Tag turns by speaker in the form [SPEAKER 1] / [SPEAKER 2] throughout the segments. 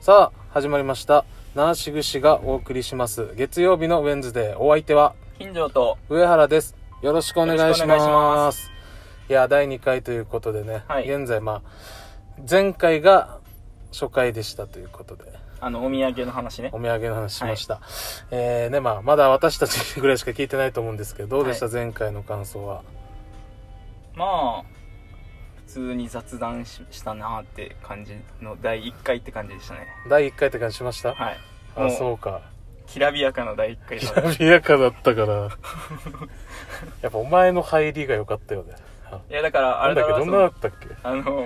[SPEAKER 1] さあ、始まりました。ナーシグシがお送りします。月曜日のウェンズデー。お相手は、
[SPEAKER 2] 金城と、
[SPEAKER 1] 上原です。よろしくお願いし
[SPEAKER 2] よろしくお
[SPEAKER 1] ます。い
[SPEAKER 2] 願いします
[SPEAKER 1] や、第2回ということでね、
[SPEAKER 2] はい
[SPEAKER 1] 現在、まあ、前回が初回でしたということで、
[SPEAKER 2] あの、お土産の話ね
[SPEAKER 1] お。土産の話しました。えーね、まあ、まだ私たちぐらいしか聞いてないと思うんですけど、どうでした、
[SPEAKER 2] は
[SPEAKER 1] 前回の感想は。
[SPEAKER 2] まあ、普通に雑談ししたなーって感じの第1回って感じでしたね。
[SPEAKER 1] 第1回って感じしました、
[SPEAKER 2] はい。
[SPEAKER 1] あ、
[SPEAKER 2] も。
[SPEAKER 1] そううか。
[SPEAKER 2] きらびやかな第1回だった。い
[SPEAKER 1] 伸びやかだったから。 やっぱお前の入りが良かったよね。あ
[SPEAKER 2] や、だから、あ
[SPEAKER 1] なん
[SPEAKER 2] れ
[SPEAKER 1] だっけ
[SPEAKER 2] だわ
[SPEAKER 1] ど
[SPEAKER 2] そ
[SPEAKER 1] んなだ
[SPEAKER 2] の
[SPEAKER 1] ったっけ
[SPEAKER 2] あの、モ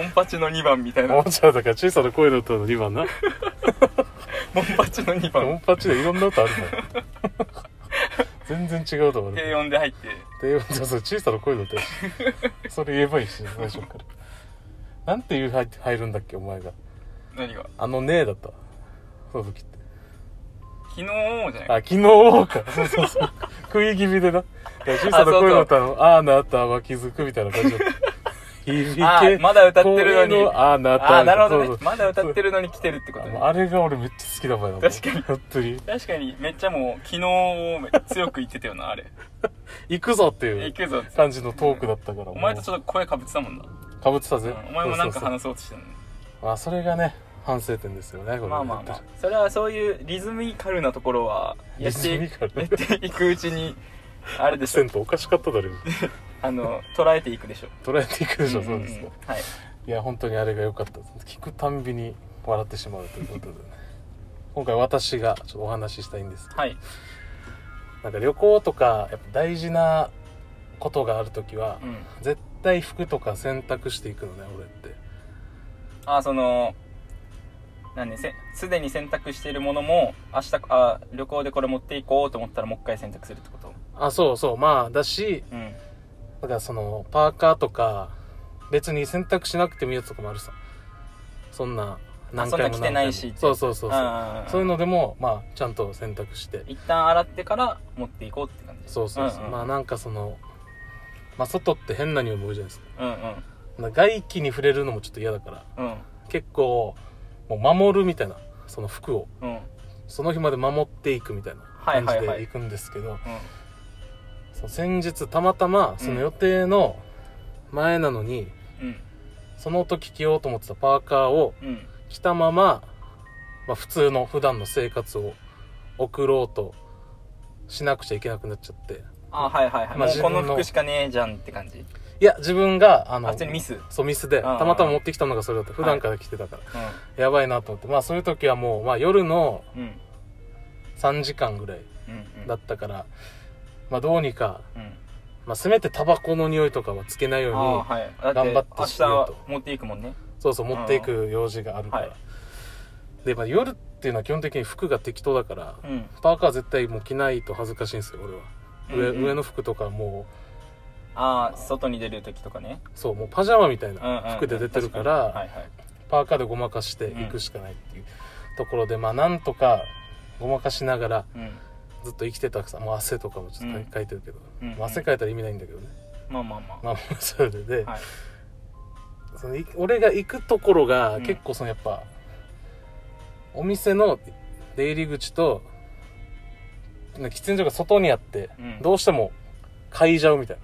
[SPEAKER 2] ンパチの2番みたいな。
[SPEAKER 1] も
[SPEAKER 2] モ
[SPEAKER 1] うちゃだから小さな声の歌の2番な。
[SPEAKER 2] ンパチの2
[SPEAKER 1] オン
[SPEAKER 2] 番。
[SPEAKER 1] パチでいろんな歌ある もん。全然違うと思う。
[SPEAKER 2] 低音で入って。
[SPEAKER 1] 低音そうそう、小さな声の歌や し。それ言えばいいし、最初から。なんていう入入るんだっけ、お前が。
[SPEAKER 2] 何が
[SPEAKER 1] あのねえだった。その時って。
[SPEAKER 2] 昨日じゃない
[SPEAKER 1] あ、昨日か。そうそう そう。食い気味でな。だから小さな声の歌の、ああなたは気づくみたいな感じだった。響
[SPEAKER 2] あ
[SPEAKER 1] け。
[SPEAKER 2] まだ歌ってるのに
[SPEAKER 1] 声ああなた
[SPEAKER 2] ああー、なるほ
[SPEAKER 1] そ
[SPEAKER 2] ど
[SPEAKER 1] う
[SPEAKER 2] ね。
[SPEAKER 1] そう
[SPEAKER 2] まだ歌ってるのに来てるってこと
[SPEAKER 1] あ
[SPEAKER 2] ね
[SPEAKER 1] もう。あれが俺めっちゃ好きだもんな。
[SPEAKER 2] 確かに
[SPEAKER 1] 本当に。
[SPEAKER 2] 確かに、めっちゃもう、昨日強く言ってたよな、あれ。
[SPEAKER 1] 行くぞっていう
[SPEAKER 2] 行くぞって。
[SPEAKER 1] 感じのトークだったから。
[SPEAKER 2] お前とち
[SPEAKER 1] ょ
[SPEAKER 2] ょっと声かぶってたもんな。
[SPEAKER 1] っと。かぶってたぜ。
[SPEAKER 2] うんお前もなん
[SPEAKER 1] そうそ
[SPEAKER 2] か
[SPEAKER 1] う
[SPEAKER 2] 話そうとしてるのね
[SPEAKER 1] そうまあ、それがね、反省点ですよね、これ。
[SPEAKER 2] まあまあまあそれはそういうリズミカルなところはやっ
[SPEAKER 1] リズ
[SPEAKER 2] て
[SPEAKER 1] ミカル
[SPEAKER 2] やっていくうちにあれでし
[SPEAKER 1] セ
[SPEAKER 2] ょ
[SPEAKER 1] ントおかしかっただろ、今
[SPEAKER 2] あの捉えていくでしょ
[SPEAKER 1] 捉えていくでしょ、そうです
[SPEAKER 2] ん
[SPEAKER 1] ね
[SPEAKER 2] ん。はい
[SPEAKER 1] いや、本当にあれが良かった。聞くたんびに笑ってしまうということでね。今回私がちょっとお話ししたいんですけど
[SPEAKER 2] はい
[SPEAKER 1] なんか旅行とか、やっぱ大事なことがあるときは、
[SPEAKER 2] うん
[SPEAKER 1] 絶対服とか洗濯していくのね、俺って。
[SPEAKER 2] あその何ねせすでに洗濯しているものも明日あ旅行でこれ持っていこうと思ったらもう一回洗濯するってこと
[SPEAKER 1] あ、そうそう、まあ、だし、
[SPEAKER 2] うん
[SPEAKER 1] だからその、パーカーとか、別に洗濯しなくてもいいやつとかもあるさ。そんな、何回も何回も。
[SPEAKER 2] そんな着てないしって
[SPEAKER 1] そうそうそうそう。
[SPEAKER 2] あー
[SPEAKER 1] そういうのでも、まあ、ちゃんと洗濯して。
[SPEAKER 2] 一旦洗ってから持っていこうって感じ
[SPEAKER 1] そうそうそう。
[SPEAKER 2] んん
[SPEAKER 1] まあ、なんかその、まあ、外って変な匂いも多いじゃないですか。
[SPEAKER 2] うんうん
[SPEAKER 1] まあ外気に触れるのもちょっと嫌だから、
[SPEAKER 2] うん
[SPEAKER 1] 結構、もう守るみたいな、その服を。
[SPEAKER 2] うんうん
[SPEAKER 1] その日まで守っていくみたいな
[SPEAKER 2] はい
[SPEAKER 1] 感じ
[SPEAKER 2] はいはい
[SPEAKER 1] で行くんですけど、その先日たまたま、その予定の前なのに、
[SPEAKER 2] うん
[SPEAKER 1] その時着ようと思ってたパーカーを
[SPEAKER 2] うん
[SPEAKER 1] 着たまま、まあ、普通の普段の生活を送ろうとしなくちゃいけなくなっちゃって
[SPEAKER 2] あはいはいはい、
[SPEAKER 1] まあ
[SPEAKER 2] もうこの
[SPEAKER 1] 自分の
[SPEAKER 2] 服しかねえじゃんって感じ
[SPEAKER 1] いや自分があの
[SPEAKER 2] あ普通にミスうん
[SPEAKER 1] そうミスで
[SPEAKER 2] ああ
[SPEAKER 1] たまたま持ってきたのがそれだった普段から着てたから、やばいなと思ってまあそういう時はもう、まあ、夜の
[SPEAKER 2] うん
[SPEAKER 1] 3時間ぐらい
[SPEAKER 2] うんうん
[SPEAKER 1] だったから、まあ、どうにか、
[SPEAKER 2] うん
[SPEAKER 1] まあ、せめてタバコの匂いとかはつけないように
[SPEAKER 2] ああはいだって
[SPEAKER 1] 頑張って
[SPEAKER 2] 明
[SPEAKER 1] しよう
[SPEAKER 2] 日
[SPEAKER 1] と
[SPEAKER 2] 持っていくもんね
[SPEAKER 1] そうそう持っていく用事があるから、
[SPEAKER 2] うんは
[SPEAKER 1] で、まあ、夜っていうのは基本的に服が適当だから、
[SPEAKER 2] うん
[SPEAKER 1] パーカー絶対もう着ないと恥ずかしいんですよ俺は上,、
[SPEAKER 2] うんうん
[SPEAKER 1] 上の服とかも
[SPEAKER 2] ああ外に出る時とかね
[SPEAKER 1] うそうもうパジャマみたい
[SPEAKER 2] うんうん
[SPEAKER 1] な服で出てるか
[SPEAKER 2] 確には
[SPEAKER 1] ら
[SPEAKER 2] いはい
[SPEAKER 1] パーカーでごまかしていくしかないっていうところで、まあなんとかごまかしながら
[SPEAKER 2] うん
[SPEAKER 1] ずっと生きてたくさもう汗とかもちょっとかい
[SPEAKER 2] うん
[SPEAKER 1] かいてるけど、
[SPEAKER 2] うんうん
[SPEAKER 1] まあ汗かいたら意味ないんだけどね
[SPEAKER 2] まあまあま
[SPEAKER 1] まあ それで、
[SPEAKER 2] あはい
[SPEAKER 1] そのい俺が行くところが
[SPEAKER 2] うん
[SPEAKER 1] 結構そのやっぱ、お店の出入り口と喫煙所が外にあって、
[SPEAKER 2] うん
[SPEAKER 1] どうしても嗅いじゃうみたいな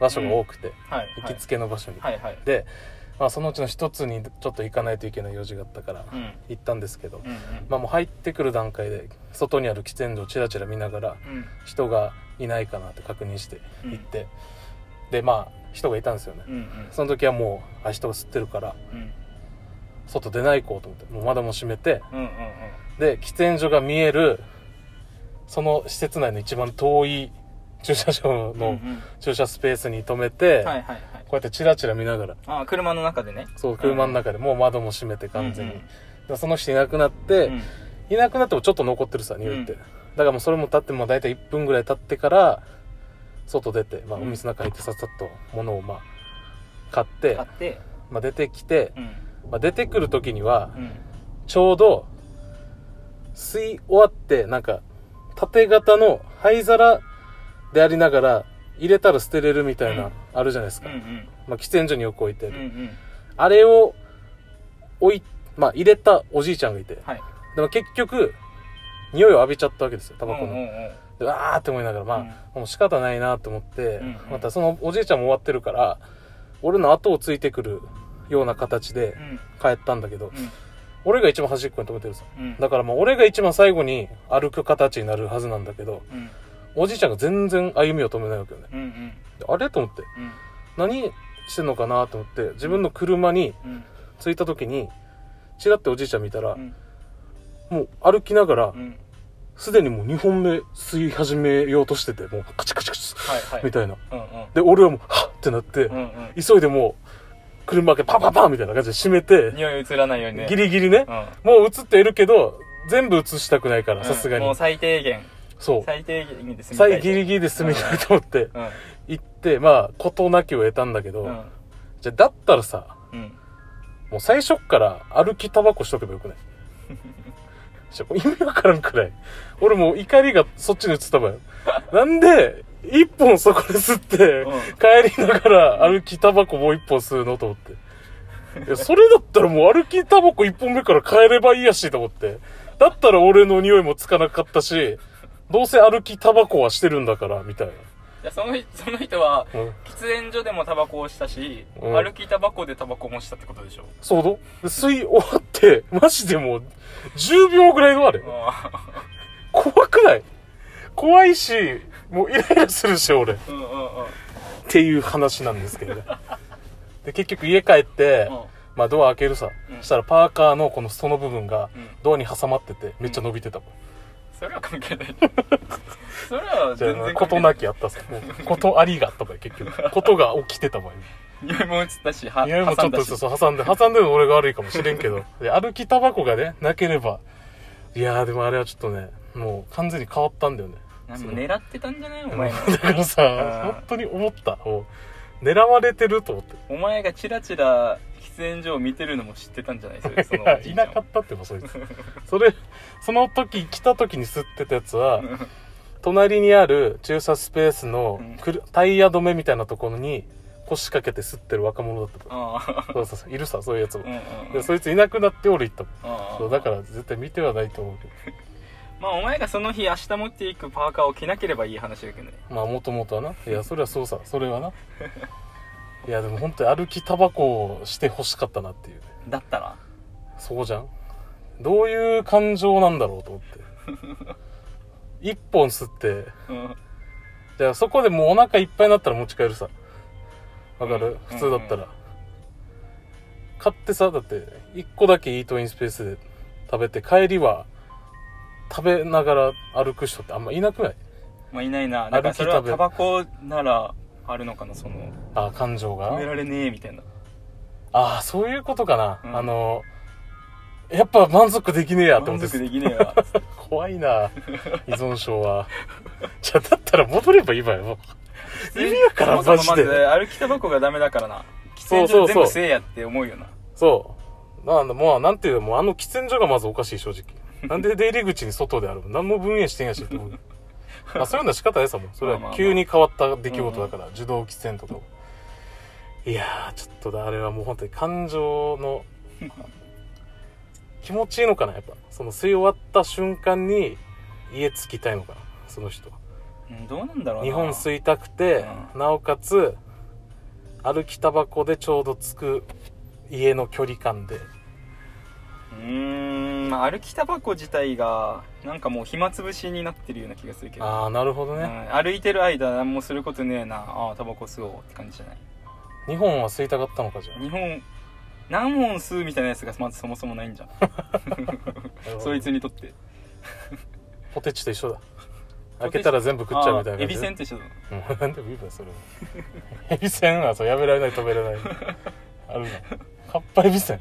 [SPEAKER 1] 場所が多くて、
[SPEAKER 2] はい
[SPEAKER 1] 行
[SPEAKER 2] はい
[SPEAKER 1] きつけの場所に、
[SPEAKER 2] はいはい
[SPEAKER 1] で、まあ、そのうちの一つにちょっと行かないといけない用事があったから
[SPEAKER 2] うん
[SPEAKER 1] 行ったんですけど、
[SPEAKER 2] うんうん
[SPEAKER 1] まあもう入ってくる段階で外にある喫煙所をチラチラ見ながら
[SPEAKER 2] うん
[SPEAKER 1] 人がいないかなって確認して行って、でまあ人がいたんですよね
[SPEAKER 2] うんうん
[SPEAKER 1] その時はもうあ人が吸ってるから
[SPEAKER 2] うん
[SPEAKER 1] 外出ないこうと思ってもう窓も閉めて
[SPEAKER 2] うんうん
[SPEAKER 1] で喫煙所が見えるその施設内の一番遠い駐車場
[SPEAKER 2] うんうんう
[SPEAKER 1] の
[SPEAKER 2] ん
[SPEAKER 1] 駐車スペースに止めて、
[SPEAKER 2] はいはいはい
[SPEAKER 1] こうやってチラチラ見ながら
[SPEAKER 2] ああ車の中でね
[SPEAKER 1] そう車の中でもう窓も閉めて完全に、
[SPEAKER 2] うん
[SPEAKER 1] でその人いなくなっ
[SPEAKER 2] う
[SPEAKER 1] て、
[SPEAKER 2] ん
[SPEAKER 1] いなくなってもちょっと残ってるさ匂いって、
[SPEAKER 2] うん
[SPEAKER 1] だからもうそれも経ってもう大体1分ぐらい経ってから外出て、まあ、お
[SPEAKER 2] うん
[SPEAKER 1] 店の中入ってさっさっと物をまあ買って、
[SPEAKER 2] 買って
[SPEAKER 1] まあ、出てきて
[SPEAKER 2] う、ん
[SPEAKER 1] まあ、出てくる時には
[SPEAKER 2] うん
[SPEAKER 1] ちょうど吸い終わってなんか縦型の灰皿でありながら入れたら捨てれるみたいな、
[SPEAKER 2] うん
[SPEAKER 1] あるじゃないです
[SPEAKER 2] う
[SPEAKER 1] か、
[SPEAKER 2] んうん
[SPEAKER 1] まあ、喫煙所によく置いて
[SPEAKER 2] う
[SPEAKER 1] る、
[SPEAKER 2] んうん
[SPEAKER 1] あれを置いまあ入れたおじいちゃんがいて、
[SPEAKER 2] はい
[SPEAKER 1] でも結局、匂いを浴びちゃったわけですよ、タ
[SPEAKER 2] タ
[SPEAKER 1] バコの。
[SPEAKER 2] うんうんうん
[SPEAKER 1] でわーって思いながら、まあ、
[SPEAKER 2] うん
[SPEAKER 1] もう仕方ないなと思って、
[SPEAKER 2] うんうん
[SPEAKER 1] またそのおじいちゃんも終わってるから、俺の後をついてくるような形で
[SPEAKER 2] うん
[SPEAKER 1] 帰ったんだけど、
[SPEAKER 2] うん
[SPEAKER 1] 俺が一番端っこに止めてるさ。
[SPEAKER 2] うん
[SPEAKER 1] だからもう俺が一番最後に歩く形になるはずなんだけど、
[SPEAKER 2] うん
[SPEAKER 1] おじいちゃんが全然歩みを止めないわけよね。
[SPEAKER 2] うんうん
[SPEAKER 1] であれと思って、
[SPEAKER 2] うん
[SPEAKER 1] 何してんのかなと思って、自分の車に
[SPEAKER 2] うん
[SPEAKER 1] 着いた時に、チラッておじいちゃん見たら、
[SPEAKER 2] うん
[SPEAKER 1] もう歩きながら
[SPEAKER 2] う、ん
[SPEAKER 1] すでにもう2本目吸い始めようとしてて、もうカチカチカチ、
[SPEAKER 2] はいはい
[SPEAKER 1] みたいな。
[SPEAKER 2] うん
[SPEAKER 1] で、俺はもう、はっってなって、
[SPEAKER 2] うんうんうん
[SPEAKER 1] 急いでもう、車開けパンパンパンみたいな感じで閉めて、
[SPEAKER 2] 匂い移らないようにね
[SPEAKER 1] ギリギリね
[SPEAKER 2] う、ん
[SPEAKER 1] もう映っているけど、全部映したくないから、さすが
[SPEAKER 2] も
[SPEAKER 1] に
[SPEAKER 2] う。最低限
[SPEAKER 1] そう。
[SPEAKER 2] 最低限で済みたい
[SPEAKER 1] 最ギリギリで住みたいと思って、
[SPEAKER 2] うん
[SPEAKER 1] 行って、まあ、事なきを得たんだけど、
[SPEAKER 2] うん
[SPEAKER 1] じゃあ、だったらさ、
[SPEAKER 2] うん
[SPEAKER 1] もう最初っから歩きタバコしとけばよくないちょもう意味わからんくらい。俺もう怒りがそっちに移ったわよ。なんで、一本そこで吸って、帰りながら歩きタバコもう一本吸うのと思って。いや、それだったらもう歩きタバコ一本目から帰ればいいやしと思って。だったら俺の匂いもつかなかったし、どうせ歩きタバコはしてるんだから、みたい
[SPEAKER 2] いやその人その人は
[SPEAKER 1] な。うん、
[SPEAKER 2] 喫煙所でもタバコをしたし、
[SPEAKER 1] うん
[SPEAKER 2] 歩きタバコでタバコもしたってことでしょ
[SPEAKER 1] そうど吸い終わって、マジでもう、10秒ぐらいのあれ。
[SPEAKER 2] う
[SPEAKER 1] 怖くない怖いし、もうイライラするし、俺。っ
[SPEAKER 2] んうんうんうん
[SPEAKER 1] ていう話なんですけどね。で、結局家帰って、まあドア開けるさ。
[SPEAKER 2] うん
[SPEAKER 1] したらパーカーのこの裾の部分が
[SPEAKER 2] うん
[SPEAKER 1] ドアに挟まってて、めっちゃ伸びてたもん。
[SPEAKER 2] それは関係ないそれは
[SPEAKER 1] じゃ
[SPEAKER 2] 全
[SPEAKER 1] あ、
[SPEAKER 2] 然
[SPEAKER 1] こ
[SPEAKER 2] 関
[SPEAKER 1] と
[SPEAKER 2] 係
[SPEAKER 1] なきあったさ。もうことありがあったもん、結局。ことが起きてたもん。
[SPEAKER 2] 匂いも移ったしは
[SPEAKER 1] 匂いもちょっと
[SPEAKER 2] 挟んだし
[SPEAKER 1] そう挟んで、挟んでるの俺が悪いかもしれんけ ど。で、歩きタバコがね、なければ。いやー、でもあれはちょっとね、もう完全に変わったんだよね。
[SPEAKER 2] なんか狙ってたんじゃないお前も
[SPEAKER 1] だからさ
[SPEAKER 2] う、ん
[SPEAKER 1] 本当に思った。もう狙われてると思って。
[SPEAKER 2] お前がチラチラ喫煙所を見てるのも知ってたんじゃないそれそ
[SPEAKER 1] い
[SPEAKER 2] の
[SPEAKER 1] や
[SPEAKER 2] おじ
[SPEAKER 1] い
[SPEAKER 2] いちゃ
[SPEAKER 1] なんかったってばそいつそれその時来た時に吸ってたやつは
[SPEAKER 2] うん
[SPEAKER 1] 隣にある駐車スペースの
[SPEAKER 2] うん
[SPEAKER 1] くるタイヤ止めみたいなところに腰掛けて吸ってる若者だった
[SPEAKER 2] ああ
[SPEAKER 1] そうそうそういるさそういうやつも
[SPEAKER 2] うんうんう
[SPEAKER 1] で
[SPEAKER 2] ん
[SPEAKER 1] そいついなくなって俺行ったもん
[SPEAKER 2] ああ
[SPEAKER 1] そうだから絶対見てはないと思うけ
[SPEAKER 2] まあお前がその日明日持っていくパーカーを着なければいい話だけどね
[SPEAKER 1] どまあもともとはないやそれはそうさそれはないやでも本当に歩きタバコをしてほしかったなっていう
[SPEAKER 2] だったら
[SPEAKER 1] そうじゃんどういう感情なんだろうと思って 一本吸って
[SPEAKER 2] うん
[SPEAKER 1] じゃあそこでもうお腹いっぱいになったら持ち帰るさわか
[SPEAKER 2] う
[SPEAKER 1] る
[SPEAKER 2] ん
[SPEAKER 1] 普通だった
[SPEAKER 2] うんう
[SPEAKER 1] ら買ってさだって1個だけイートインスペースで食べて帰りは食べながら歩く人ってあんまいなくない
[SPEAKER 2] まあいないななんかそれ
[SPEAKER 1] 歩
[SPEAKER 2] は
[SPEAKER 1] き食べ
[SPEAKER 2] タバコならあるのかなその
[SPEAKER 1] ああ感情
[SPEAKER 2] 止
[SPEAKER 1] が
[SPEAKER 2] められねえみたいな
[SPEAKER 1] ああそういうことかな、
[SPEAKER 2] うん
[SPEAKER 1] あのやっぱ満足できねえやと
[SPEAKER 2] 満
[SPEAKER 1] 思っ
[SPEAKER 2] 足
[SPEAKER 1] て
[SPEAKER 2] できねえわつって
[SPEAKER 1] 怖いな依存症は じゃあだったら戻ればいいわよ 意味わからん
[SPEAKER 2] そもそ
[SPEAKER 1] マ
[SPEAKER 2] も
[SPEAKER 1] ジ
[SPEAKER 2] ま
[SPEAKER 1] で
[SPEAKER 2] ず歩きタバコがダメだからな喫
[SPEAKER 1] そうそう
[SPEAKER 2] 煙
[SPEAKER 1] そう
[SPEAKER 2] 所全部せえやって思うよな
[SPEAKER 1] そう。なんだ、もう、なんていうの、もうあの喫煙所がまずおかしい、正直。なん で出入り口に外であるの何も分野してんやしって思う。まあ、そういうのは仕方ないさもん。それ
[SPEAKER 2] まあま
[SPEAKER 1] は
[SPEAKER 2] あまあ
[SPEAKER 1] 急に変わった出来事だから、受動喫煙とかも。いやー、ちょっとだ、あれはもう本当に感情 の、気持ちいいのかな、やっぱ。その吸い終わった瞬間に、家着きたいのかな、その人は。
[SPEAKER 2] うんどうなんだろうな
[SPEAKER 1] 日本吸いたくて、なおかつ、歩きタバコでちょうど着く家の距離感で。
[SPEAKER 2] うーんまあ歩きタバコ自体がなんかもう暇つぶしになってるような気がするけど、
[SPEAKER 1] ああ、なるほどね。
[SPEAKER 2] うん歩いてる間何もすることねえなああタバコ吸おうって感じじゃない
[SPEAKER 1] 日本は吸いたかったのかじゃ
[SPEAKER 2] 日本何本吸うみたいなやつがまずそもそもないんじゃん
[SPEAKER 1] あ
[SPEAKER 2] そいつにとって
[SPEAKER 1] ポテチと一緒だ開
[SPEAKER 2] ポテチ
[SPEAKER 1] けたら全部食っちゃうみたいな感じ
[SPEAKER 2] ああエビせんと一緒だ
[SPEAKER 1] もうなんでもいいわそれはエビせんはそうやめられない食べれないあるなかっぱエビせん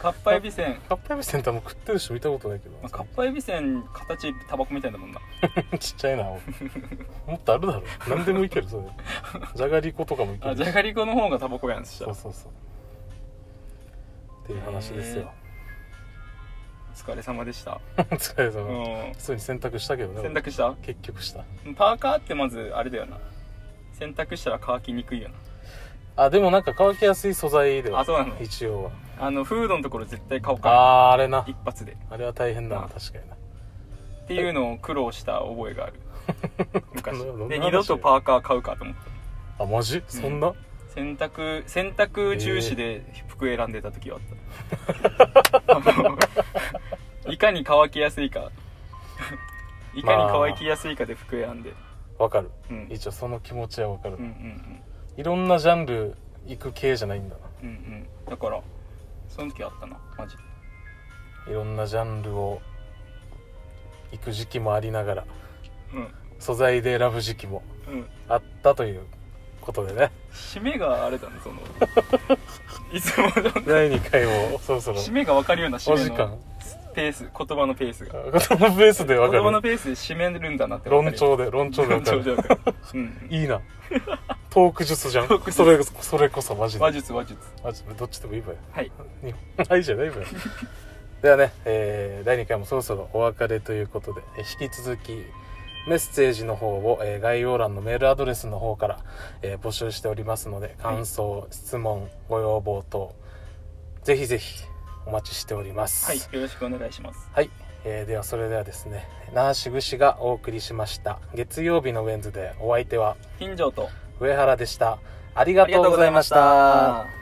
[SPEAKER 2] カッパエビせん、
[SPEAKER 1] かっぱエビせんってあんま食ってる人見たことないけど
[SPEAKER 2] まあ、
[SPEAKER 1] な
[SPEAKER 2] カッパエビせん形タバコみたいだもんな
[SPEAKER 1] ちっちゃいなおいもっとあるだろ何でもいけるそれじゃがりことかもいけ
[SPEAKER 2] あ
[SPEAKER 1] る
[SPEAKER 2] じゃがりこの方がタバコやんそした
[SPEAKER 1] そ
[SPEAKER 2] ら
[SPEAKER 1] うそうそうっていう話ですよ
[SPEAKER 2] お疲れ様でした
[SPEAKER 1] お疲れ
[SPEAKER 2] う
[SPEAKER 1] 様
[SPEAKER 2] ん
[SPEAKER 1] 普通に洗濯したけどね
[SPEAKER 2] 洗濯した
[SPEAKER 1] 俺結局した
[SPEAKER 2] パーカーってまずあれだよな洗濯したら乾きにくいよな
[SPEAKER 1] あ、でもなんか乾きやすい素材では。
[SPEAKER 2] あそうなんだ
[SPEAKER 1] 一応は。
[SPEAKER 2] あのフードのところ絶対買おう
[SPEAKER 1] あ
[SPEAKER 2] か
[SPEAKER 1] あ、あれな
[SPEAKER 2] な。一発で
[SPEAKER 1] あれは大変だ
[SPEAKER 2] ま
[SPEAKER 1] な、
[SPEAKER 2] あ
[SPEAKER 1] 確かにな。
[SPEAKER 2] っていうのを苦労した覚 えがある昔
[SPEAKER 1] どんな話
[SPEAKER 2] で二度とパーカー買うかと思った
[SPEAKER 1] あ、マジそんな
[SPEAKER 2] 洗濯洗濯重視で服選んでた時はあった、あ のいかに乾きやすい かいかに乾きやすいかで服選んで、
[SPEAKER 1] わかる。
[SPEAKER 2] うん
[SPEAKER 1] 一応その気持ちはわかる
[SPEAKER 2] うんう。ん
[SPEAKER 1] いろんなジャンル行く系じゃないんだ
[SPEAKER 2] うんうんうんだからその時あったなマジ
[SPEAKER 1] な。いろんなジャンルを行く時期もありながら、
[SPEAKER 2] う
[SPEAKER 1] 素材で選ぶ時期も
[SPEAKER 2] んうん
[SPEAKER 1] あったということでね。
[SPEAKER 2] 締めがあれだね そのいつもの
[SPEAKER 1] 第2回もそろそろ
[SPEAKER 2] 締めが分かるような締
[SPEAKER 1] お
[SPEAKER 2] め
[SPEAKER 1] 時間
[SPEAKER 2] の。ペース言葉のペースが
[SPEAKER 1] 言葉ベースでわ
[SPEAKER 2] 言
[SPEAKER 1] か
[SPEAKER 2] 葉の
[SPEAKER 1] る。
[SPEAKER 2] ペースで締めるんだなって分か
[SPEAKER 1] 論
[SPEAKER 2] る
[SPEAKER 1] 調で、論調でわ
[SPEAKER 2] 論
[SPEAKER 1] か
[SPEAKER 2] 調で
[SPEAKER 1] る。
[SPEAKER 2] 分かる、うん、
[SPEAKER 1] いいな。トーク術じゃ
[SPEAKER 2] トーク
[SPEAKER 1] ん。
[SPEAKER 2] 術
[SPEAKER 1] それこそ、それこそマジで。
[SPEAKER 2] 話術話術
[SPEAKER 1] マジでどっちでもいいわよ。
[SPEAKER 2] はい
[SPEAKER 1] 日本愛じゃないわよ ではね、えー第2回もそろそろお別れということで、えー引き続きメッセージの方を、えー概要欄のメールアドレスの方から、えー募集しておりますので感想、質問ご要望等ぜひぜひお待ちしております
[SPEAKER 2] はい、よろしくお願いします。
[SPEAKER 1] はいえーではそれではですねナーシグシがお送りしました月曜日のウェンズでお相手は
[SPEAKER 2] 金城と
[SPEAKER 1] 上原でしたありがとうございました
[SPEAKER 2] ありがとうございました